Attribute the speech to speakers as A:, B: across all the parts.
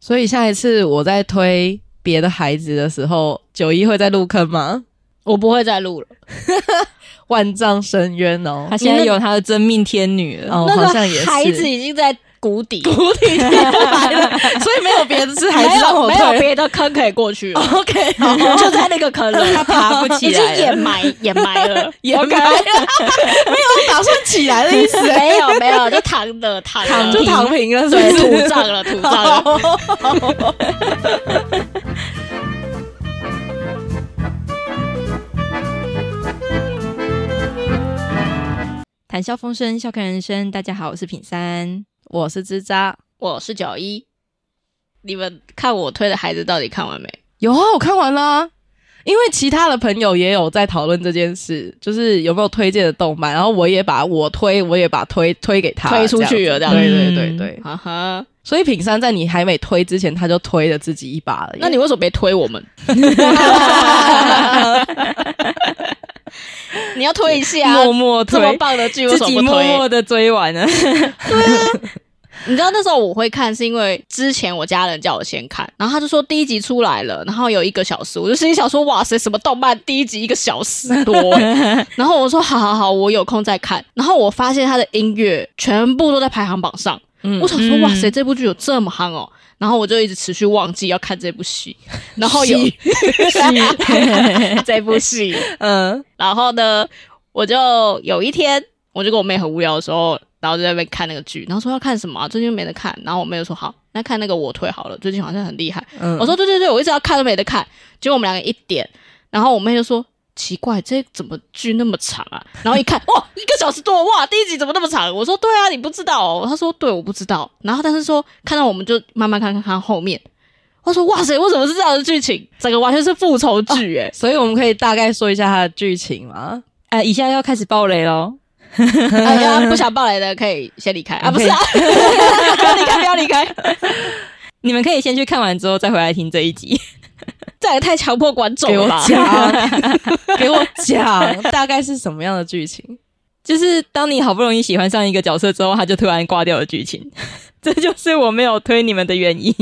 A: 所以下一次我在推别的孩子的时候，九一会再入坑吗？
B: 我不会再录了。
A: 万丈深渊哦
C: 他，现在有他的真命天女了，
A: 哦，
B: 那
A: 好
B: 个
A: 像也是，
B: 孩子 已经在谷底，
A: 不停地来了， 所以没有别的是孩
B: 没
A: 子让
B: 有
A: 我
B: 没
A: 推
B: 有别的坑可以过去了，
A: OK，好
B: 就在那个坑了，
C: 他爬不起
B: 已经
C: 来
B: 掩
C: 了。
B: 埋掩埋了，
A: 也没
B: OK
A: 有打算起来的意思，
B: 没有没有，就躺着躺着
C: 躺
A: 就
C: 平
A: 躺平了，是
B: 对，
A: 不
B: 土
A: 是？
B: 葬了土葬 了。
C: 谈笑风生，笑看人生。大家好，我是品三。
A: 我是枝扎，
B: 我是九一，你们看我推的孩子到底看完没？
A: 有啊，我看完了啊、因为其他的朋友也有在讨论这件事，就是有没有推荐的动漫，然后我也把我推，我也把推推给他，
B: 推出去了
A: 这
B: 这
A: 样
B: 样
A: 子。
B: 子嗯
A: 对对对对，
B: 哈哈，
A: 所以品山在你还没推之前，他就推了自己一把了耶。
B: 那你为什么没推我们？ 你要推一下啊，
C: 默 默
B: 这
C: 推，
B: 么棒的剧为
C: 自
B: 什么
C: 己
B: 不
C: 默
B: 推？
C: 默的追完啊了。
B: 你知道那时候我会看，是因为之前我家人叫我先看，然后他就说第一集出来了，然后有一个小时，我就心里想说哇塞，什么动漫第一集一个小时 多，然后我说好好好，我有空再看，然后我发现他的音乐全部都在排行榜上，
A: 嗯
B: 我想说
C: 嗯
B: 哇塞，这部剧有这么夯哦，然后我就一直持续忘记要看这部戏，然后有 这部戏，
A: 嗯，
B: 然后呢，我就有一天，我就跟我妹很无聊的时候，然后就在那边看那个剧，然后说要看什么、啊，最近没得看。然后我妹就说好，那看那个我推好了，最近好像很厉害。
A: 嗯
B: 我说对对对，我一直要看都没得看。结果我们两个一点，然后我妹就说。奇怪，这怎么剧那么长啊？然后一看，哇，一个小时多，哇，第一集怎么那么长？我说对啊，你不知道、哦。她说对，我不知道。然后但是说看到我们就慢慢看看看后面。我说哇塞，为什么是这样的剧情？整个完全是复仇剧哎、
A: 所以我们可以大概说一下它的剧情吗？
C: 呃，以下要开始爆雷喽。
B: 啊，大家不想爆雷的可以先离开 啊，不是啊，
C: 不要离开，不要离开。你们可以先去看完之后再回来听这一集。
B: 这也太强迫观众
A: 给
B: 了
A: 我
B: 吧？
A: 讲，给我讲，大概是什么样的剧情？
C: 就是当你好不容易喜欢上一个角色之后，他就突然挂掉的剧情， 这就是我没有推你们的原因。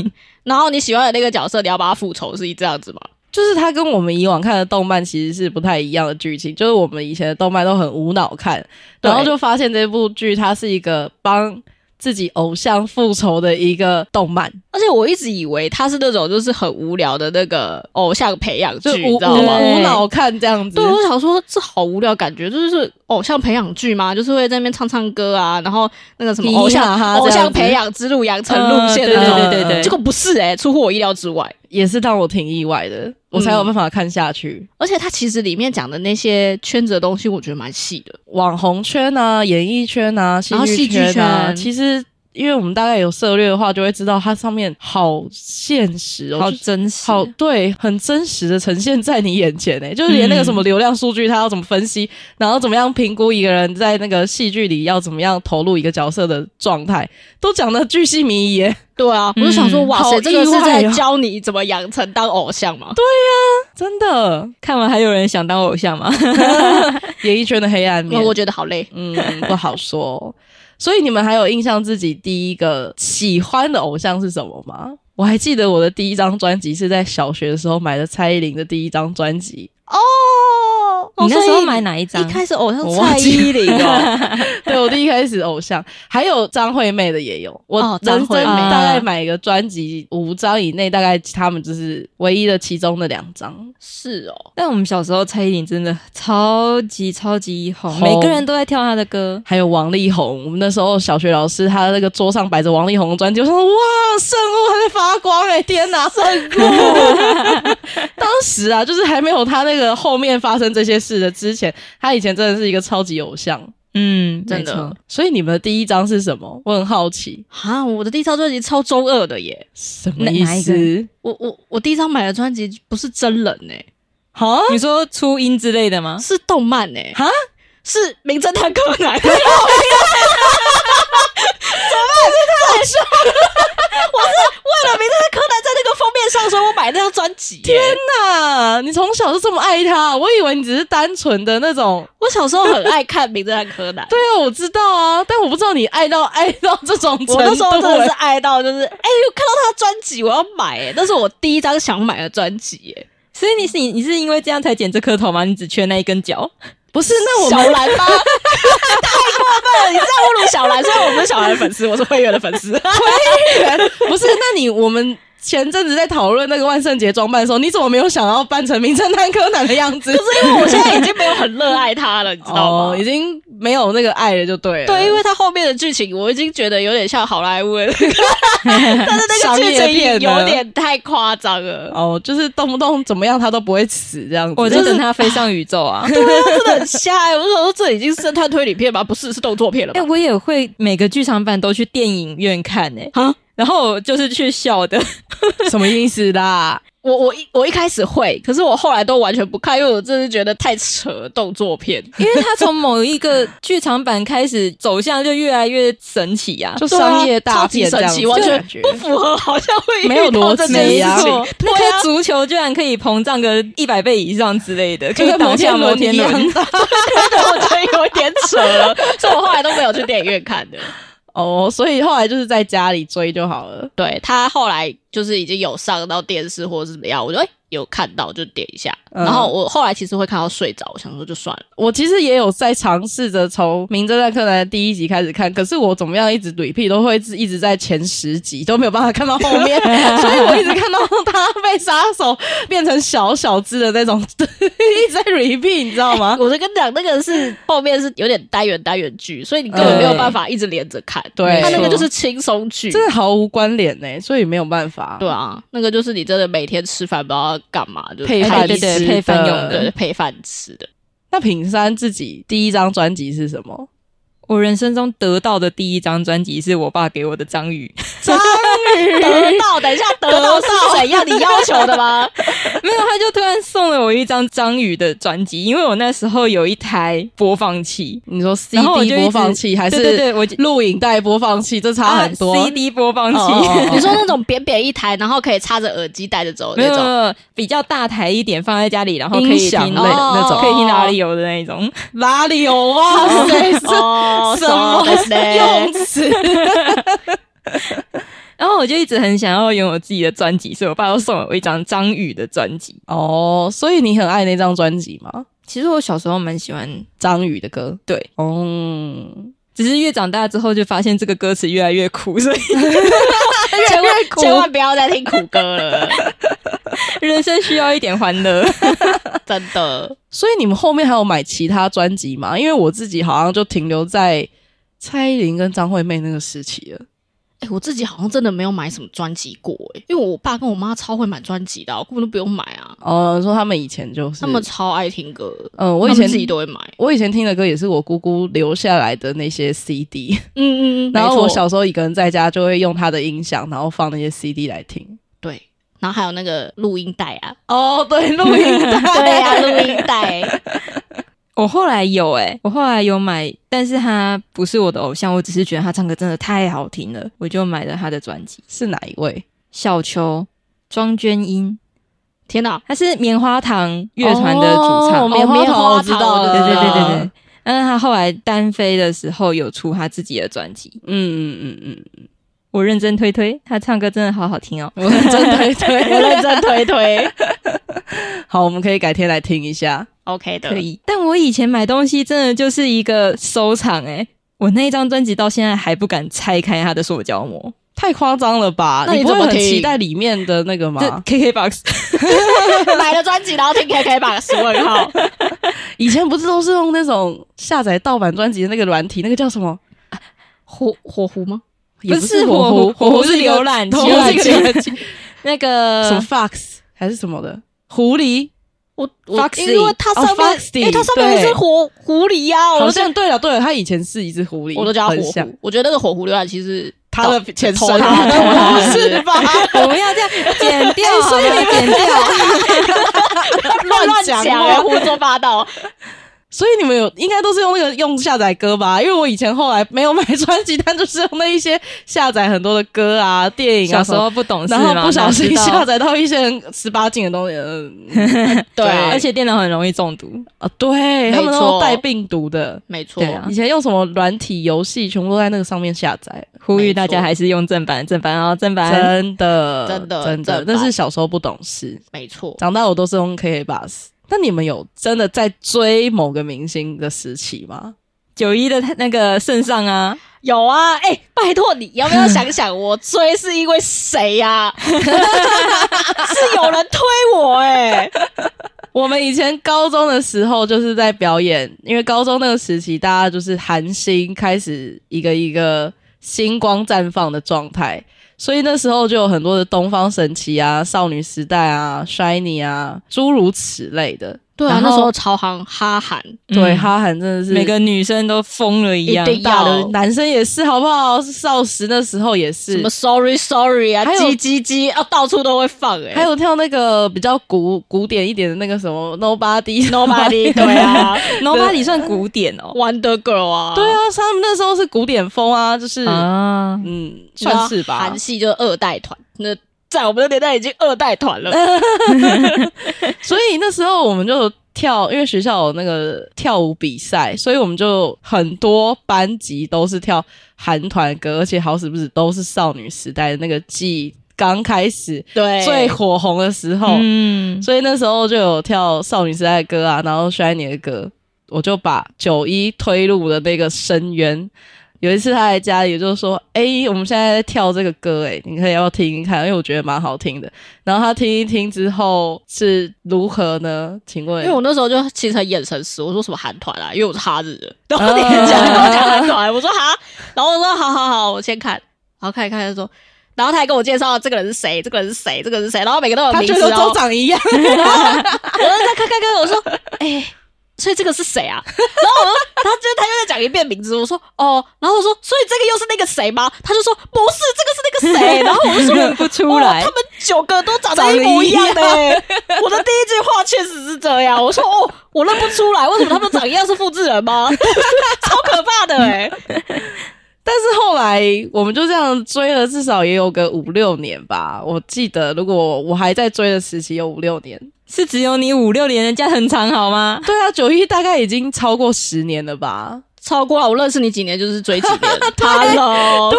B: 然后你喜欢的那个角色，你要把他复仇，是这样子吗？
A: 就是它跟我们以往看的动漫其实是不太一样的剧情，就是我们以前的动漫都很无脑看，
C: 对
A: 然后就发现这部剧它是一个帮自己偶像复仇的一个动漫，
B: 而且我一直以为他是那种就是很无聊的那个偶像培养剧，
A: 就无
B: 你
A: 无
B: 知道吗？
C: 对
A: 无脑看这样子。
B: 对，我想说这好无聊，感觉就是偶像培养剧嘛，就是会在那边唱唱歌啊，然后那个什么偶
A: 嘻嘻哈哈这样
B: 像偶
A: 子
B: 像培养之路、养成路
A: 嗯
B: 线的
C: 对
B: 那种，
C: 对对对对，
B: 结果不是诶、出乎我意料之外。
A: 也是让我挺意外的，我才有
B: 嗯
A: 办法看下去。
B: 而且他其实里面讲的那些圈子的东西，我觉得蛮细的。
A: 网红圈啊，演艺圈啊，戏
B: 然后
A: 剧
B: 戏剧
A: 啊，
B: 圈
A: 其实因为我们大概有涉猎的话，就会知道它上面好现实哦，
C: 好
A: 就是
C: 真实，
A: 好对，很真实的呈现在你眼前诶、欸就是连那个什么流量数据，它要怎么分 析，然后怎么样评估一个人在那个戏剧里要怎么样投入一个角色的状态，都讲的巨细靡遗耶、
B: 对啊，我就想说，
C: 嗯
B: 哇
A: 好
B: 塞，这个
A: 意
B: 是
A: 外
B: 在
A: 哦
B: 教你怎么养成当偶像嘛？
A: 真 的，
C: 看完还有人想当偶像吗？
A: 演艺圈的黑暗
B: 对，
A: 面，
B: 我觉得好累。
A: 嗯，不好说。所以你们还有印象自己第一个喜欢的偶像是什么吗？我还记得我的第一张专辑是在小学的时候买的蔡依林的第一张专辑，
B: 哦，
C: 你那时候买哪一张
B: 一？开始偶像
A: 我忘
B: 蔡
A: 记
B: 依林哦，
A: 对我第一开始偶像，还有张惠妹的也有，我
B: 哦
A: 人
B: 张
A: 生
B: 惠妹
A: 大概买一个专辑五张以内，大概他们就是唯一的其中的两张。
B: 是哦，
C: 但我们小时候蔡依林真的超级超级红，
A: 红
C: 每个人都在跳她的歌。
A: 还有王力宏，我们那时候小学老师他那个桌上摆着王力宏的专辑，我想说哇，圣物还在发光哎、天哪，圣物！ 当时啊，就是还没有他那个后面发生这些事的之前，他以前真的是一个超级偶像。
C: 嗯，
B: 真的
C: 没错
A: 所以你们的第一张是什么？我很好奇，
B: 啊，我的第一张专辑超中二的耶，
A: 什么
C: 哪
A: 意
C: 哪一个
A: 思？
B: 我我我第一张买的专辑不是真人哎，
A: 哈，
C: 你说初音之类的吗？
B: 是动漫哎，
A: 哈，
B: 是名侦探柯南。怎么办？我是为了名侦探柯南在那个封面上，所以我买买那张专辑耶。
A: 呐，你从小就这么爱他，我以为你只是单纯的那种。
B: 我小时候很爱看《名侦探柯南》，
A: 对啊，我知道啊，但我不知道你爱到爱到这种程度、
B: 我那时候真的是
A: 欸
B: 爱到，就是哎、我看到他的专辑，我要买、哎，那是我第一张想买的专辑、欸耶。
C: 所以你是你你是因为这样才剪这颗头吗？你只缺那一根角？
A: 不是？那我
B: 小
A: 们
B: 兰 吗？太过分了！你这样侮辱小兰，虽然我不是小兰的粉丝，我是慧媛的粉丝。
A: 不是？那你我们前阵子在讨论那个万圣节装扮的时候，你怎么没有想要扮成名侦探柯南的样子？
B: 就是 因为我现在已经没有很热爱他了，你知道
A: 哦
B: 吗，
A: 已？经没有那个爱了，就对了。
B: 对，因为他后面的剧情我已经觉得有点像好莱坞的 那个，但是那
A: 商
B: 个剧
A: 业
B: 情也
A: 片呢
B: 有点太夸张了。
A: 哦，就是动不动怎么样他都不会死这样子。
C: 我在等它飞上宇宙啊！
B: 对啊，真的很瞎哎、我就想说，这已经是侦探推理片吧？不是，是动作片了吧
C: 哎、？我也会每个剧场版都去电影院看 哎、
B: 啊
C: 然后我就是去笑的，
A: 什么意思啦？
B: 我我一我一开始会，可是我后来都完全不看，因为我真的觉得太扯动作片。
C: 因为它从某一个剧场版开始走向就越来越神奇呀、
A: 就商业大
B: 对
A: 片
B: 啊超
A: 这样子，
B: 级神奇，完全
A: 感觉
B: 不符合，好像 会
A: 没有
B: 遇到这件
A: 逻辑
B: 事
A: 啊
B: 情
C: 错，
B: 对
C: 那
B: 啊
C: 颗足球居然可以膨胀个一百倍以上之 类的，可以
A: 跟
C: 挡
A: 摩
C: 下
A: 天
C: 摩
A: 轮
C: 天
A: 一
C: 轮
A: 样。大。
B: 对，我觉得有点扯了，所以我后来都没有去电影院看的。
A: 哦，所以后来就是在家里追就好了。
B: 对他后来就是已经有上到电视或者是怎么样，我就哎、有看到就点一下，
A: 嗯
B: 然后我后来其实会看到睡着，我想说就算了。
A: 我其实也有在尝试着从《名侦探柯南》的第一集开始看，可是我怎么样一直 repeat 都会一直在前十集都没有办法看到后面， 所以我一直看到他被杀手变成小小只的那种， 一直在 repeat，你知道 吗？
B: 我就跟你讲，那个是后面是有点单元单元剧，所以你根本没有办法一直连着看。
A: 对
B: 他那个
C: 嗯没错
B: 就是轻松剧，
A: 哎真的毫无关联呢、所以没有办法。
B: 对啊，那个就是你真的每天吃饭不知道干嘛，就
A: 配
C: 哎
A: 饭
C: 对对对
A: 吃
C: 配饭
A: 的
C: 用的
B: 对配饭吃 的。
A: 那品山自己第一张专辑是什 么？
C: 我人生中得到的第一张专辑是我爸给我的章鱼，
B: 得到，等一下得到是怎样？你要求的吗？
C: 没有，他就突然送了我一张章鱼的专辑，因为我那时候有一台播放器，
A: 你说
C: 然后我
A: CD
C: 就一直
A: 播放器还
C: 对对
A: 是
C: 对，我就
A: 录影带播放器？这差很多。
C: 啊 CD 播放器。
A: 哦 哦哦
B: 你说那种扁扁一台，然后可以插着耳机带着走的那
C: 没有没
B: 种，
C: 有比较大台一点，放在家里，然后可以
A: 音响
C: 听哦
A: 类的那种
C: 可以听哪里有的那一种。
A: 哪里有哇塞，这
B: 哦
A: 什么 用
B: 用？
A: 词？
C: 然后我就一直很想要拥有自己的专辑，所以我爸都送了我一张张宇的专辑。
A: 哦，所以你很爱那张专辑吗？
C: 其实我小时候蛮喜欢，
A: 张宇的歌，
C: 对，
A: 哦，
C: 只是越长大之后就发现这个歌词越来 越苦，所以
B: 千万千万不要再听苦歌 了，
C: 人生需要一点欢乐。
B: 真的。
A: 所以你们后面还有买其他专辑吗？因为我自己好像就停留在蔡依林跟张惠妹那个时期了。
B: 哎、我自己好像真的没有买什么专辑过、哎，因为我爸跟我妈超会买专辑的啊、我根本都不用买啊，
A: 哦，说他们以前就是
B: 他们，超爱听歌，
A: 嗯，我以
B: 他
A: 前
B: 们自己都会买。
A: 我以前听的歌也是我姑姑留下来的那些 CD，
B: 嗯嗯嗯。
A: 然后
B: 没错
A: 我小时候一个人在家就会用她的音响，然后放那些 CD 来听。
B: 对，然后还有那个录音带啊，
A: 哦，对，录音 带，
B: 对啊，录音带。
C: 我后来有欸诶、我后来有买，但是他不是我的偶像，我只是觉得他唱歌真的太好听了，我就买了他的专辑。
A: 是哪一位？
C: 小球庄娟英，
B: 天哪，
C: 他是棉花糖乐团的主唱，
A: 哦棉花糖我知道了，
C: 对对对对
B: 嗯
C: 对。但呃是他后来单飞的时候有出他自己的专辑，
A: 嗯嗯嗯嗯，
C: 我认真推推，他唱歌真的好好听哦。
A: 我 真对
B: 我
A: 对，
B: 认真推推
A: 好，我们可以改天来听一下。
B: ，OK 的，
C: 可以，但我以前买东西真的就是一个收藏诶、我那一张专辑到现在还不敢拆开它的塑胶膜，
A: 太夸张了吧？
B: 那你
A: 不
B: 怎
A: 会
B: 么
A: 很
B: 听
A: 期待里面的那个
C: 就
A: 吗？
C: KKBOX
B: 买了专辑，然后听 KK 吧，十问号，
A: 以前不是都是用那种下载盗版专辑的那个软体，那个叫什么？
B: 火火狐吗？
A: 也
C: 不是
A: 火狐，
C: 火狐
A: 狐
C: 是
A: 一个
C: 浏览器
A: 火狐是一个
C: 浏
A: 浏
C: 览
A: 览
C: 器
A: 器，
C: 那
A: 什么
C: 个
A: Fox 还是什么的狐狸？
B: 我我
A: Foxy
B: 因为它上
A: 哦
B: 面，
A: ，Foxy，
B: 因为它上面有一只
A: 对
B: 火狐狸呀，哦我
A: 好
B: 都觉
A: 像
B: 得
A: 对啊了对了，它以前是一只狐狸，
B: 我都叫它
A: 很
B: 火
A: 像
B: 狐，我觉得那个火狐浏览器是
A: 它的前身
B: 偷它偷它
A: 是吧？
C: 我们要这样剪掉，哎所以剪掉。
B: 乱
A: 讲 哦
B: 讲，啊哦
A: 话
B: 胡说八道。
A: 所以你们有应该都是用那个用下载歌吧？因为我以前后来没有买专辑，但就是用那一些下载很多的歌啊、电影啊
C: 小
A: 什
C: 时
A: 么。
C: 候不懂事
A: 然
C: 嘛，
A: 后不小心
C: 哪知道
A: 下载到一些十八禁的东西，嗯
B: 对，
A: 对
C: 而且电脑很容易中毒。
A: 啊，对
B: 没
A: 他们都有
B: 错
A: 带病毒的。
B: 没错
C: 对，啊
A: 以前用什么软体游戏，全部都在那个上面下载，
C: 呼
B: 没
C: 吁
B: 错
C: 大家还是用正版，正版哦，正版。
A: 真的，
B: 真的
A: 真的
B: 正，版
A: 那是小时候不懂事，
B: 没错。
A: 长大我都是用 KK Bus。那你们有真的在追某个明星的时期吗？
C: 九一的那个圣上啊，
B: 有啊，哎、拜托你要不要想想，我追是因为谁 呀、是有人推我哎、
A: 我们以前高中的时候就是在表演，因为高中那个时期，大家就是韩星开始一个一个星光绽放的状态，所以那时候就有很多的东方神起啊、少女时代啊、Shiny 啊，诸如此类的。
B: 对啊，
A: 然后
B: 那时候超行哈韩，
A: 对
C: 嗯
A: 哈韩真的是
C: 每个女生都疯了一样
B: 一。定
A: 大的
B: 要
A: 男生也是，好不好？少时那时候也
B: 什
A: 是
B: 么，Sorry Sorry 啊，
A: 还有
B: 叽叽叽啊，到处都会放哎、
A: 还有跳那个比较古古典一点的那个什么 Nobody
B: Nobody 对啊
C: Nobody 算古典 哦，
B: ，Wonder Girl 啊，
A: 对，啊，他们那时候是古典风啊，就是、
C: 啊，
A: 嗯，算是吧
B: 韩。系就是二代团，那在我们的年代已经二代团 了，
A: 所以那时候我们就跳，因为学校有那个跳舞比赛，所以我们就很多班级都是跳韩团歌，而且好死不死都是少女时代的那个季刚开始
B: 对，
A: 最火红的时候。
C: 嗯，
B: 哦
A: 所以那时候就有跳少女时代的歌啊，然后 Shiny 的歌，我就把九一推入了那个深渊。有一次他来家里就说：“哎、我们现在在跳这个歌、诶哎，你可以要不要听听看？因为我觉得蛮好听的。”然后他听一听之后是如何呢？请问，
B: 因为我那时候就其实很眼神死，我说什么韩团啊，因为我是哈日的， 然
A: 啊
B: 后你也讲跟我讲韩团，我说哈，然后我说好好好，我先看，然后看一看就说，然后他还跟我介绍这个人是谁，这个人是谁，这个人是谁，然后每个都有
A: 他
B: 名
A: 觉
B: 字，
A: 得
B: 然后
A: 州长一样，
B: 我就在看看看，我说哎、所以这个是谁啊？然后我说，他就他又在讲一遍名字，我说哦，然后我说，所以这个又是那个谁吗？他就说不是，这个是那个谁，然后我就说
C: 认不出 来
B: 哦他。们九个都长得一模一样的、欸。 我的第一句话确实是这样，我说哦，我认不出来，为什么他们长一样是复制人吗？ 超可怕的哎、
A: 但是后来我们就这样追了，至少也有个五六年吧。我记得，如果我还在追的时期有五六年，
C: 是只有你五六年，人家很长好吗？
A: 对啊，九一大概已经超过十年了吧。
B: 超过了啊我认识你几年就是追几年 ，Hello，对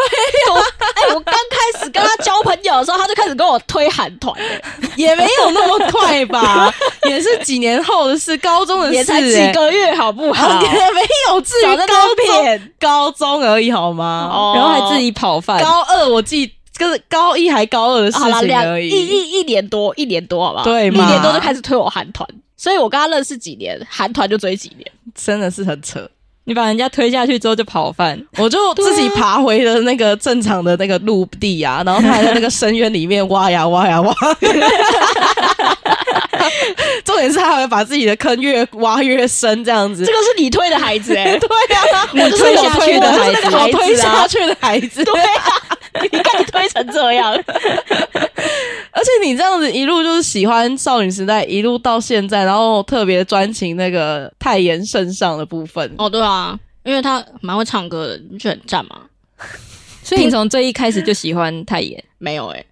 B: 我哎、我刚开始跟他交朋友的时候，他就开始跟我推韩团、欸，
A: 也没有那么快吧，也是几年后的事，高中的事、哎
B: 也才几个月好不好？
A: 没有至于
B: 少在
A: 高
B: 那边
A: 中，
B: 骗
A: 高中而已好吗？哦
B: 哦
C: 然后还自己跑饭，
A: 高二我记，跟高一还高二的事
B: 好了，
A: 情
B: 两
A: 而
B: 一
A: 已。
B: 一一年多，一年多好不好？
A: 对
B: 一
A: 嘛
B: 年多就开始推我韩团，所以我跟他认识几年，韩团就追几年。
A: 真的是很扯，
C: 你把人家推下去之后就跑饭，
A: 我就
B: 啊
A: 自己爬回了那个正常的那个陆地啊，然后他还在那个深渊里面挖呀挖呀 挖。重点是他还会把自己的坑越挖越深，这样子
B: 这。个是你推的孩子 哎、
A: 对啊，
B: 你
A: 就是
B: 推
A: 有
B: 下
A: 推的
B: 去的
A: 孩
B: 孩
A: 子，
B: 子啊
A: 有推下去的孩子。
B: 对啊，你看你推成这样，
A: 而且你这样子一路就是喜欢少女时代，一路到现在，然后特别专情那个泰妍身上的部分。
B: 哦，对啊，因为他蛮会唱歌的，你觉得很赞吗？
C: 所以你从最一开始就喜欢太妍，
B: 没有哎、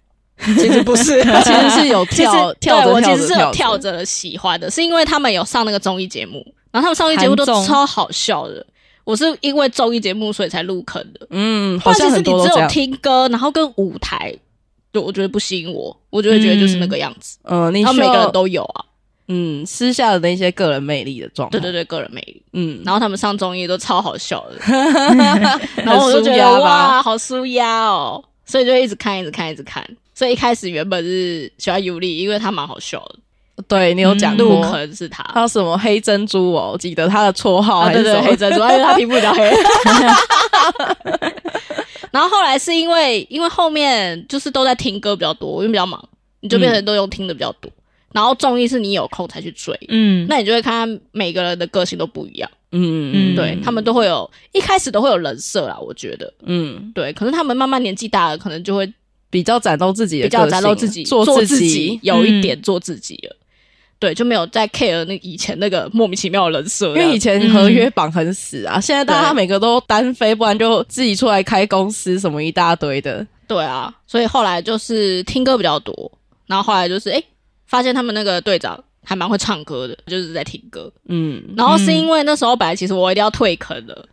B: 其实不是，
A: 其实是有跳跳
B: 对
A: 着
B: 我
A: 跳
B: 其实
A: 着
B: 是
A: 跳
B: 有跳
A: 着，
B: 着喜欢的，是因为他们有上那个综艺节目，然后他们综艺节目都
C: 韩综
B: 超好笑的。我是因为综艺节目所以才入坑的，
A: 嗯，
B: 不
A: 好
B: 然其
A: 像
B: 实
A: 很
B: 你
A: 多都
B: 只
A: 这
B: 有
A: 样。
B: 听歌，然后跟舞台，就我觉得不吸引我，我就会觉得就是那个样子。
A: 嗯，你
B: 然后
A: 需
B: 每
A: 要
B: 个人都有啊，
A: 嗯私下的那些个人魅力的状态。
B: 对对对，个人魅力。
A: 嗯，
B: 然后他们上综艺都超好笑 的，然后我就觉
A: 很舒压
B: 得
A: 吧
B: 哇，好舒压哦，所以就一直看，一直看，一直看。所以一开始原本是喜欢尤利，因为他蛮好笑的，
A: 对你有讲
C: 嗯
B: 入
A: 过，
B: 坑是他，
A: 还有什么黑珍珠哦，我记得他的绰号
B: 啊
A: 还
B: 对
A: 是什
B: 对，
A: 么
B: 黑珍珠，因为他皮肤比较黑。 然后后来是因为因为后面就是都在听歌比较多，因为比较忙，你就变成都用听的比较多。然后综艺是你有空才去追，
C: 嗯，
B: 那你就会看他每个人的个性都不一样，
A: 嗯嗯，
B: 对他们都会有一开始都会有人设啦，我觉得。
A: 嗯
B: 对，可是他们慢慢年纪大了，可能就会
A: 比较展露自己的
B: 比
A: 个性，啊
B: 较展露自己，
A: 做
B: 做
A: 自
B: 己，有一点做自己了。对，就没有再 care 那以前那个莫名其妙的人设
A: 因
B: 这样，
A: 为以前合约绑很死啊，现在大家
B: 对
A: 每个都单飞，不然就自己出来开公司什么一大堆的。
B: 对啊，所以后来就是听歌比较多，然后后来就是哎、诶发现他们那个队长还蛮会唱歌的，就是在听歌。
A: 嗯，
B: 然后是因为那时候本来其实我一定要退坑 了，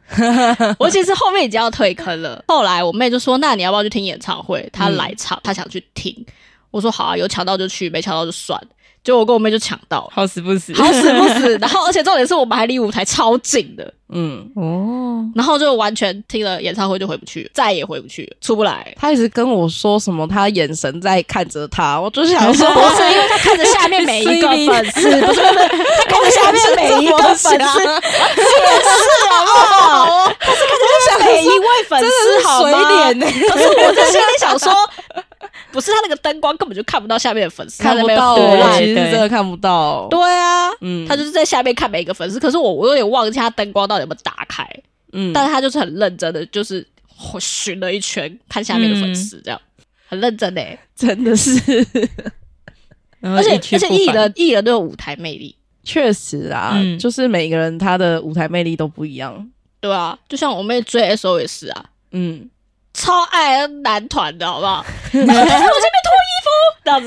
B: 我其实后面已经要退坑了。后来我妹就说：“那你要不要去听演唱会？她
A: 嗯
B: 来唱，她想去听。”我说：“好啊，有抢到就去，没抢到就算。”结果我跟我妹就抢到了，
C: 好死不死，
B: 好死不 死。然后而且重点是我们还离舞台超近的，
A: 嗯，
C: 哦，
B: 然后就完全听了演唱会就回不去，再也回不去，出不来。
A: 他一直跟我说什么，他眼神在看着他，我就想说，
B: 不是因为他看着下面每一个粉丝，不是不是，他看着下面每一个粉丝，也是好不好？他是看着每一位粉丝好吗？
A: 真的是水脸呢
B: 可是我在心里想说，不是他那个灯光根本就看不到下面的粉丝，
A: 看不到，
B: 他在那边胡
A: 我
B: 乱
A: 其实
C: 对
A: 真的看不到。
B: 对啊。
A: 嗯，
B: 他就是在下面看每一个粉丝，可是我我有点忘记他灯光到底有没有打开，
A: 嗯，
B: 但是他就是很认真的，就是巡了一圈看下面的粉
A: 嗯
B: 丝，这样、很认真的、
A: 真的是嗯
C: 然后
B: 而且
C: 一去
B: 而且
C: 不
B: 艺
C: 返
B: 人艺人都有舞台魅力，
A: 确实啊，
C: 嗯
A: 就是每个人他的舞台魅力都不一样。
B: 对啊，就像我妹追 S O 也是啊，
A: 嗯，
B: 超爱男团的好 不好？然后就在我前面脱衣服这样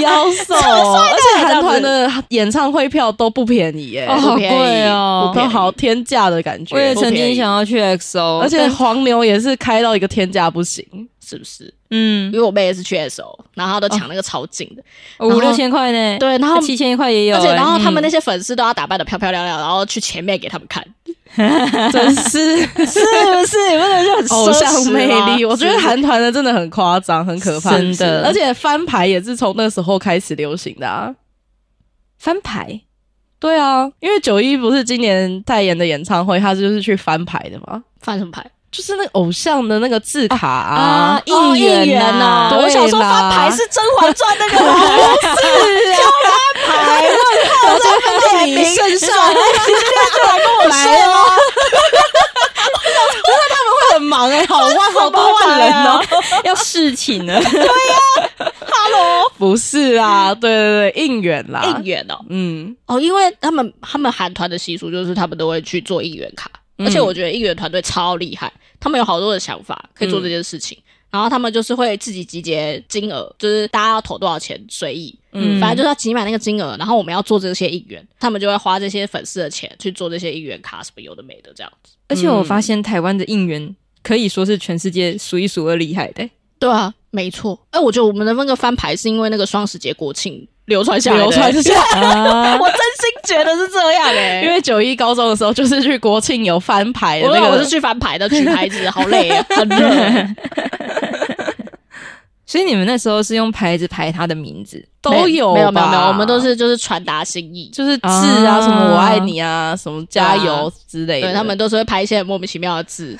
B: 子，
A: 妖兽，而且韩团的演唱会票都不便宜耶、
C: 哦好贵哦
B: 不便
A: 都
B: 宜
A: 好天价的感觉。
C: 我也曾
B: 不便
C: 经
B: 宜
C: 想要去 XO，
A: 而且
C: 但
A: 黄牛也是开到一个天价不行，
B: 是不是？
C: 嗯
B: 因，为我妹也是去 S O，然后她都抢那个超近
A: 哦
B: 的，
C: 五六千块呢，
B: 对，然后
C: 七千块也有
B: 而
C: 欸，
B: 且然后他们
C: 嗯
B: 那些粉丝都要打扮的漂漂亮亮，然后去前面给他们看，
A: 真是
B: 是不是？不能就很啊
A: 偶像魅力。我觉得
B: 还
A: 韩团的真的很夸张，很可怕，
C: 真的
A: 而且翻牌也是从那时候开始流行的啊。
C: 翻牌，
A: 对啊，因为九一不是今年代言的演唱会，他就是去翻牌的嘛，
B: 翻什么牌
A: 就是那个偶像的那个字卡
C: 啊
B: 哦
C: 应援
B: 援
C: 呐
B: 我
A: 啊对
B: 想说
A: 啦
B: 翻牌是《甄嬛传》那个吗啊
A: 牌，然后就放你身上，
B: 我
A: 来
B: 说
A: 会很忙哎，好万好多万人哦。
C: 要侍寝了，
A: 不是啊，对对对，应援啦，
B: 应援哦，
A: 嗯，
B: 哦，因为他们他们韩团的习俗就是他们都会去做应援卡，
A: 嗯
B: 而且我觉得应援团队超厉害，他们有好多的想法可以做这件事情。然后他们就是会自己集结金额，就是大家要投多少钱随意，
A: 嗯
B: 嗯，反正就是要集满那个金额，然后我们要做这些应援，他们就会花这些粉丝的钱去做这些应援卡，什么有的没的这样子。
C: 而且我发现台湾的应援可以说是全世界数一数二厉害的欸，
B: 对啊，没错。哎，我觉得我们的那个翻牌是因为那个双十节国庆流传下来的，
A: 流传 下
B: 我真心觉得是这样哎、
A: 因为九一高中的时候，就是去国庆有翻牌的
B: 我
A: 那个，
B: 我是去翻牌的，举牌子，好累，啊很热。
C: 所以你们那时候是用牌子排他的名字，
A: 都有
B: 没有没
A: 吧
B: 有没有，我们都是就是传达心意，
A: 就是字啊，
C: 啊
A: 什么我爱你啊，什么加油之类的。
B: 对他们都是会拍一些莫名其妙 的字，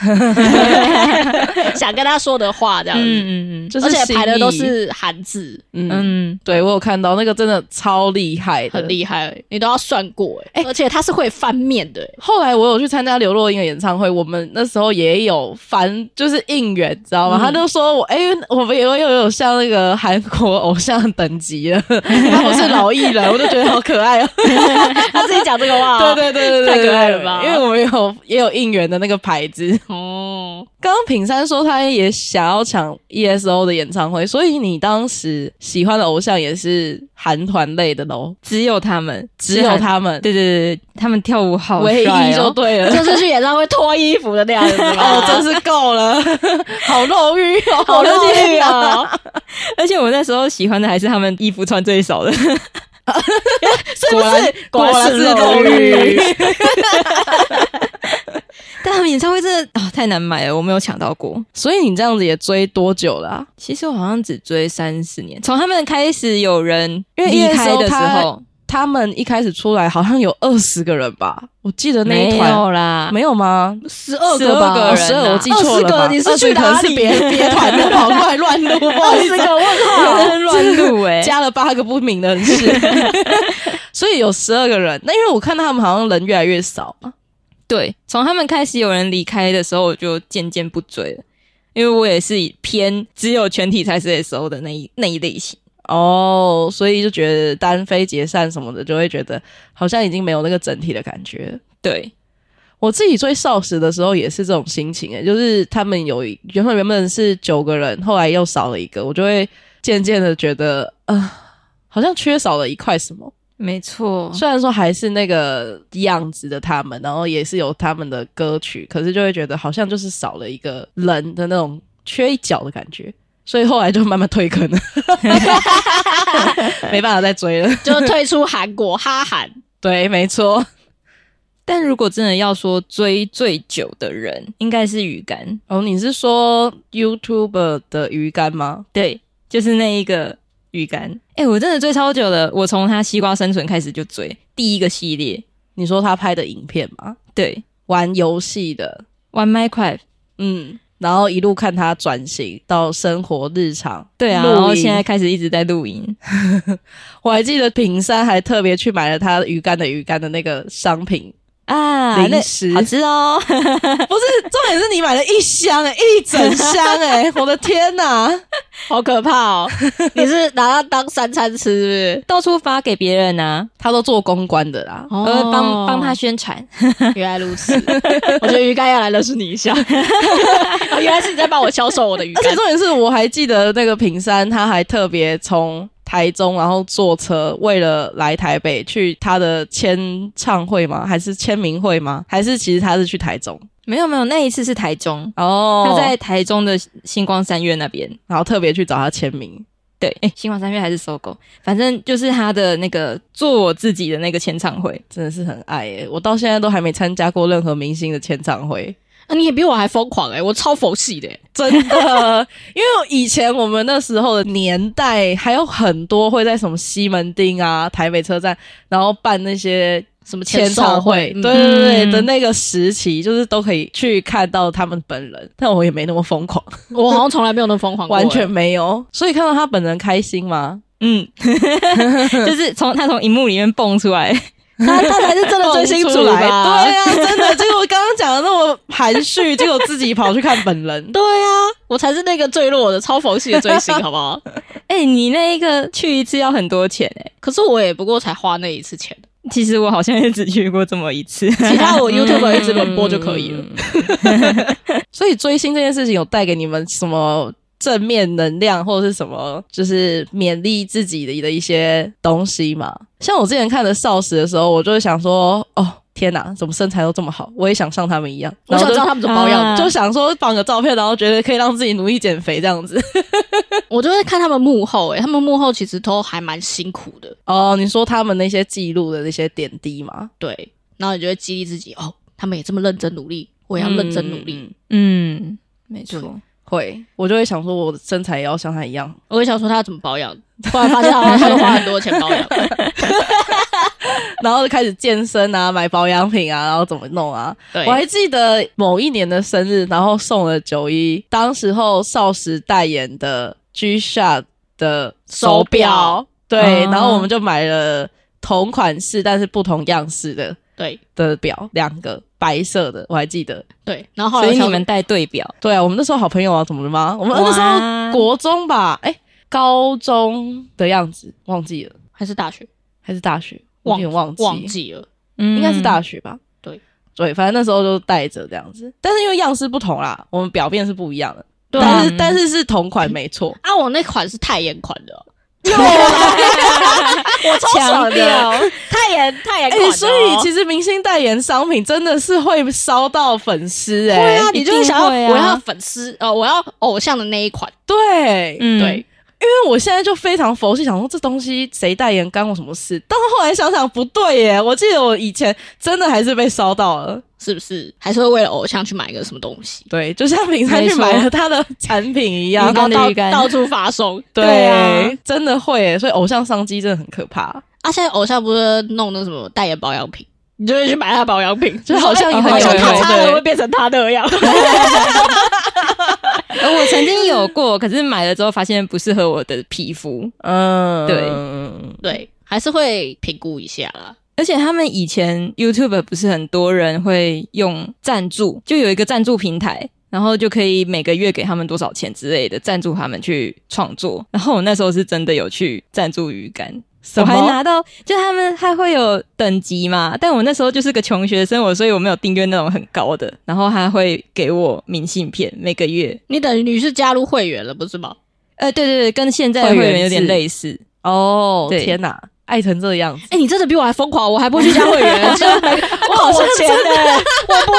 B: 想跟他说的话这样子，
C: 嗯嗯
A: 就是
B: 而且
A: 心
B: 排的都
A: 意，
B: 是韩字，
A: 嗯，
C: 嗯
A: 对我有看到那个真的超厉害的，
B: 很厉害，你都要算过哎，而且他是会翻面的，欸
A: 后来我有去参加刘若英的演唱会，我们那时候也有翻，就是应援，知道吗？他就说我，哎、我们也有有像那个韩国偶像等级 了，他不是老艺人，我就觉得好可爱哦、
B: 他自己讲这个 话，
A: 对对对对对，
B: 太可
A: 对
B: 爱了吧
A: 因为我们有也有应援的那个牌子。
B: 哦，
A: 刚刚品山说他也想要抢 ESO 的演唱会，所以你当时喜欢的偶像也是韩团类的喽，
C: 只有他们，
A: 只有，他们
C: 对对对对，他们跳舞好
A: 唯
C: 帅
A: 一就
C: 哦，
A: 对了。
B: 就是去演唱会脱衣服的那样子吗，
A: 哦，真是够了，好肉欲哦！
B: 好
A: 我的哦
B: 热
A: 天
B: 烈
A: 哪
B: 啊！
C: 而且我那时候喜欢的还是他们衣服穿最少的，
B: 是不 是？
A: 果然是肉欲。
C: 但他们演唱会真的啊太难买了，我没有抢到过。
A: 所以你这样子也追多久了、啊？
C: 其实我好像只追三四年，从他们开始有人
A: 因为
C: 离开的时
A: EXO
C: 候，
A: 他们一开始出来好像有二十个人吧，我记得那一
C: 没
A: 团
C: 有啦，
A: 没有吗？
B: 十二
C: 个吧
A: 哦十二
C: 人啊
A: 我记错了吧
B: 20个你是
A: 20
B: 去
A: 可能
B: 哪里
A: 是 别别团的跑过来乱录，不好
B: 二
A: 意
B: 十
A: 思，
B: 个问号，
C: 乱入哎、
A: 加了八个不明的人士，所以有十二个人。那因为我看到他们好像人越来越少嘛，
C: 对，从他们开始有人离开的时候，我就渐渐不追了，因为我也是以偏只有全体才是 S O 的那一那一类型。
A: 哦，所以就觉得单飞解散什么的，就会觉得好像已经没有那个整体的感觉了。
C: 对，
A: 我自己追少时的时候也是这种心情、诶，就是他们有一原本原本是九个人，后来又少了一个，我就会渐渐的觉得，啊、好像缺少了一块什么。
C: 没错，
A: 虽然说还是那个样子的他们，然后也是有他们的歌曲，可是就会觉得好像就是少了一个人的那种缺一角的感觉，所以后来就慢慢退坑了，没办法再追了。
B: 就退出韩国哈韩。
A: 对，没错，
C: 但如果真的要说追最久的人，应该是鱼竿。
A: 哦，你是说 YouTuber 的鱼竿吗？
C: 对，就是那一个鱼竿。哎、我真的追超久的，我从他西瓜生存开始就追第一个系列，
A: 你说他拍的影片吗？
C: 对，
A: 玩游戏的，
C: 玩 Minecraft。
A: 嗯，然后一路看他转型到生活日常，
C: 对啊，
A: 露营
C: 然后现在开始一直在露营。
A: 我还记得平山还特别去买了他鱼竿的鱼竿的那个商品，
C: 啊，
A: 零
C: 那
A: 食
C: 好吃哦。
A: 不是重点是你买了一箱哎、一整箱哎、 我的天哪、
B: 好可怕哦！你是拿它当三餐吃
C: 到处发给别人啊，
A: 他都做公关的啦
B: 是，不
C: 我
B: 是？
C: 会帮帮他。宣传。
B: 原来如 此，我觉得鱼竿要来认识你一 下。哦原来是你在帮我销售我的鱼
A: 而且
B: 竿。
A: 重点是我还记得那个平山，他还特别从台中然后坐车，为了来台北去他的签唱会吗？还是签名会吗？还是其实他是去台中
C: 没有没有，那一次是台中，
A: 哦
C: 他在台中的星光三月那边。
A: 然后特别去找他签名。
C: 对，哎、星光三月还是搜狗，反正就是他的那个做我自己的那个签唱会。
A: 真的是很爱诶、我到现在都还没参加过任何明星的签唱 会，
B: 啊你也比我还疯狂哎、我超佛系的、欸。
A: 真的，因为以前我们那时候的年代，还有很多会在什么西门町啊、台北车站，然后办那些
B: 什么签
A: 签唱
B: 售
A: 会，
B: 嗯
A: 对对对、
C: 嗯
A: 的那个时期，就是都可以去看到他们本人，但我也没那么疯狂，
B: 我好像从来没有那么疯狂过、欸
A: 完 全没有，所以看到他本人开心吗？
C: 嗯， 就是从他从荧幕里面蹦出来，
B: 他他才是真的追星族吧？
A: 对啊，真的，结果我刚刚讲的那么含蓄，结果自己跑去看本人，
B: 对啊，我才是那个最弱的超佛系的追星，好不 好？
C: 哎、你那一个去一次要很多钱哎、
B: 可是我也不过才花那一次钱，
C: 其实我好像也只去过这么一次，
B: 其他我 YouTube 一直轮播就可以了。
A: 所以追星这件事情有带给你们什么正面能量，或者是什么就是勉励自己的的一些东西吗？像我之前看的少时的时候，我就会想说，哦，天哪，怎么身材都这么好，我也想像他们一样，
B: 我
A: 然后
B: 想
A: 就
B: 知道他们怎么保 养的，
C: 啊
A: 就想说放个照片，然后觉得可以让自己努力减肥这样 子。
B: 我就会看他们幕后、欸，他们幕后其实都还蛮辛苦的，
A: 哦，你说他们那些记录的那些点滴吗？
B: 对。然后你就会激励自己，哦，他们也这么认真努力，我也要认真努力。
A: 嗯嗯嗯
C: 嗯，没错，
A: 会，我就会想说，我的身材也要像他一样。
B: 我也想说他要怎么保养，后来发现好像他都花很多钱保养。
A: 然后就开始健身啊，买保养品啊，然后怎么弄啊。
B: 对
A: 我，还记得某一年的生日，然后送了九一，当时候少时代言的 G Shock 的手
B: 手表
A: 对，
B: 嗯
C: 啊
A: 然后我们就买了同款式但是不同样式的
B: 对
A: 的表，两个白色的，我还记得。
B: 对。然后后
C: 所
B: 来
C: 以
B: 想
C: 你们带对表，
A: 对啊，我们那时候好朋友啊，怎么了吗？我们
C: 哇
A: 那时候国中吧，哎、高中的样子忘记了，
B: 还是大学
A: 还是大学，我有点忘记，
B: 忘记了，
C: 嗯
A: 应该是大学吧。
B: 对
A: 对，反正那时候就带着这样子，但是因为样式不同啦，我们表面是不一样的，
B: 对啊
A: 但是
C: 嗯
A: 但是是同款没错。
B: 啊，我那款是太严款的哦，
C: 我强 调，
B: 太严太
A: 哎、
B: 严款的哦、
A: 所以 其实明星代言商品真的是会烧到粉丝哎、
B: 对啊，
C: 一
B: 你就
C: 定
B: 会想要
C: 会啊
B: 我要粉丝呃，我要偶像的那一款，
A: 对，因
C: 嗯，
B: 对，
A: 为我现在就非常佛系，想说这东西谁代言干我什么事？但是后来想想不对耶，我记得我以前真的还是被烧到了，
B: 是不是？还是会为了偶像去买一个什么东西，
A: 对，就像平常去
C: 没错
A: 买了他的产品一样
C: 鱼，竿的
B: 到
C: 鱼竿
B: 到处发送。
A: 对
C: 对啊
A: 真的会耶，所以偶像商机真的很可怕。
B: 啊，现在偶像不是弄那什么代言保养品，你就会去买他的保养品，
A: 就好像
B: 说哎好
C: 也
B: 像
C: 有
B: 他擦
A: 对
B: 了会变成他那样。
C: 而呃我曾经有过，可是买了之后发现不适合我的皮肤，
A: 嗯，
C: 对
A: 嗯
B: 对，还是会评估一下啦。
C: 而且他们以前 YouTube 不是很多人会用赞助，就有一个赞助平台，然后就可以每个月给他们多少钱之类的，赞助他们去创作。然后我那时候是真的有去赞助鱼竿，
A: 什
C: 我还
A: 么？
C: 拿到，就他们还会有等级嘛，但我那时候就是个穷学生，我所以我没有订阅那种很高的，然后他会给我明信片，每个月，
B: 你等于你是加入会员了，不是吗？
C: 呃，对对对，跟现在的
A: 会
C: 会
A: 员
C: 员有点
A: 制
C: 类似，
A: 哦，
C: 对
A: 天哪，爱成这样子，
B: 哎、你真的比我还疯狂，我还不会去加会 员，真的
C: 哦
B: 我好像真的，我不会、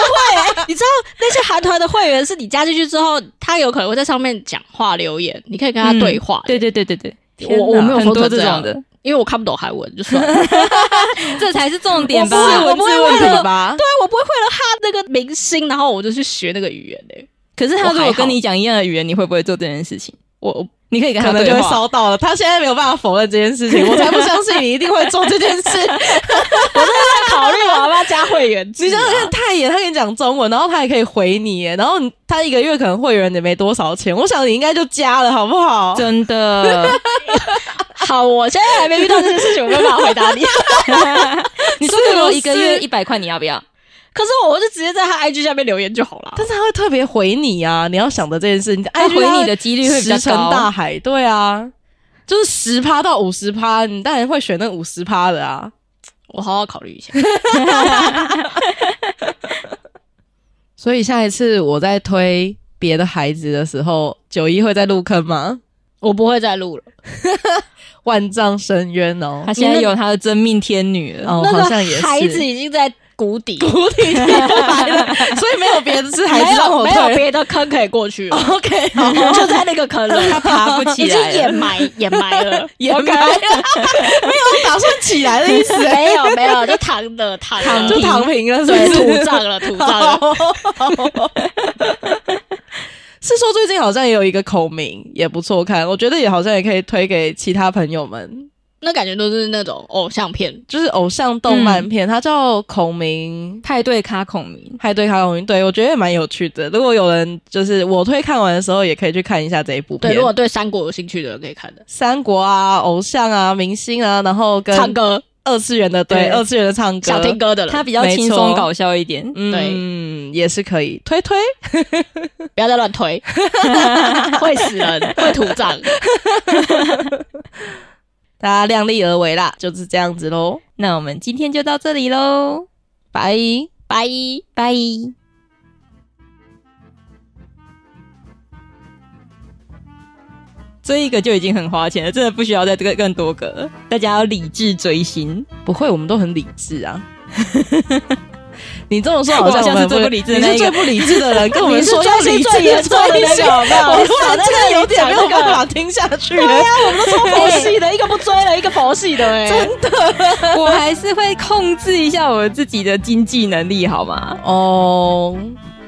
B: 你知道那些韩团的会员是你加进去之后，他有可能会在上面讲话留言，你可以跟他嗯对话。
C: 对对对对对，
A: 天哪
B: 我我没有
C: 很
B: 疯
C: 多
B: 成
C: 这
B: 样
C: 种，的，
B: 因为我看不懂韩文，就算了。
C: 这才是重点吧？
B: 我不是我不会为了
A: 吧？
B: 对啊我不会为了他那个明星，然后我就去学那个语言嘞、
C: 可是他
B: 我还
C: 如果
B: 好
C: 跟你讲一样的语言，你会不会做这件事情？
B: 我我
C: 你可以跟
A: 可
C: 他
A: 能就会
C: 对话，
A: 烧到了。他现在没有办法否认这件事情，我才不相信你一定会做这件事。
B: 在考虑我要不要加会员制、
A: 你
B: 啊。
A: 想想看，太爷他跟你讲中文，然后他还可以回你耶，然后你他一个月可能会员也没多少钱，我想你应该就加了，好不好？
C: 真的，
B: 好，我现在还没遇到这件事情，我没有办法回答你。
C: 你说
A: 是
C: 给我
A: 不
C: 一个
A: 是
C: 月一百块，你要不要？
B: 可是我就直接在他 IG 下面留言就好了。
A: 但是他会特别回你啊，你要想的这件事，你爱
C: 他回你的几率会比较
A: 石沉
C: 高
A: 大。海，对啊，就是十趴到五十趴，你当然会选那五十趴的啊。
B: 我好好考虑一下。
A: 所以下一次我在推别的孩子的时候，九一会再入坑吗？
B: 我不会再录了。
A: 万丈深渊哦
C: 他，现在有他的真命天女了，
A: 哦，
B: 那
A: 好
B: 个
A: 像也是，
B: 孩子已经在 谷底，
A: 所以没有别的是孩
B: 没
A: 子让
B: 有
A: 我
B: 没有
A: 推。
B: 别的坑可以过去了，
A: OK，好，
B: 就在那个坑了，他
C: 爬不起
B: 已经
C: 来了
B: 掩埋 掩埋了，
A: 也没有没有打算起来的意思，
B: 没有没有，就躺着躺着
A: 就躺平了，是
B: 对
A: 不
B: 土
A: 是？
B: 葬 了土葬
A: 好
B: 了。
A: 是说最近好像也有一个口名也不错看，我觉得也好像也可以推给其他朋友们，
B: 那感觉都是那种偶像片，
A: 就是偶像动
B: 嗯
A: 漫片，它叫孔明
C: 派对卡孔明，
A: 派对卡孔明，对我觉得也蛮有趣的。如果有人就是我推看完的时候，也可以去看一下这一部片。
B: 对，如果对三国有兴趣的人可以看的。
A: 三国啊、偶像啊、明星啊，然后跟
B: 唱歌
A: 二次元的对
C: 对
A: 二次元的唱歌，
B: 想听歌的
C: 他
B: 人，
C: 比较
A: 没
C: 轻
A: 错
C: 松搞笑一点。
A: 嗯，也是可以推推。
B: 不要再 乱推，会死人，会土葬。
A: 大家量力而为啦，就是这样子喽，
C: 那我们今天就到这里喽，
A: 拜。
B: 拜。
C: 拜。这一个就已经很花钱了，真的不需要再这个更多个了。大家要理智追星，
A: 不会，我们都很理智 啊。你这么说好
C: 我好
A: 像
C: 像
A: 我
C: 是
A: 们不
C: 最不理智的那一
A: 你
C: 个
A: 是最不理智的人，跟我们
B: 你 是
A: 说要
B: 最
A: 理智
B: 最严重的那个
A: 追星我突
B: 少
A: 然
B: 在
A: 真
B: 那
A: 的
B: 里
A: 有点没有
B: 讲这个啊
A: 办法听下去了。
B: 超佛 系的，一个不追了，一个佛系的、欸，哎，
C: 我还是会控制一下我自己的经济能力，好吗？
A: 哦，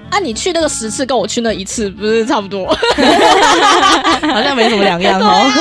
B: 啊，你去那个十次，跟我去那一次，不是差不多？
A: 啊好像没什么两样哦。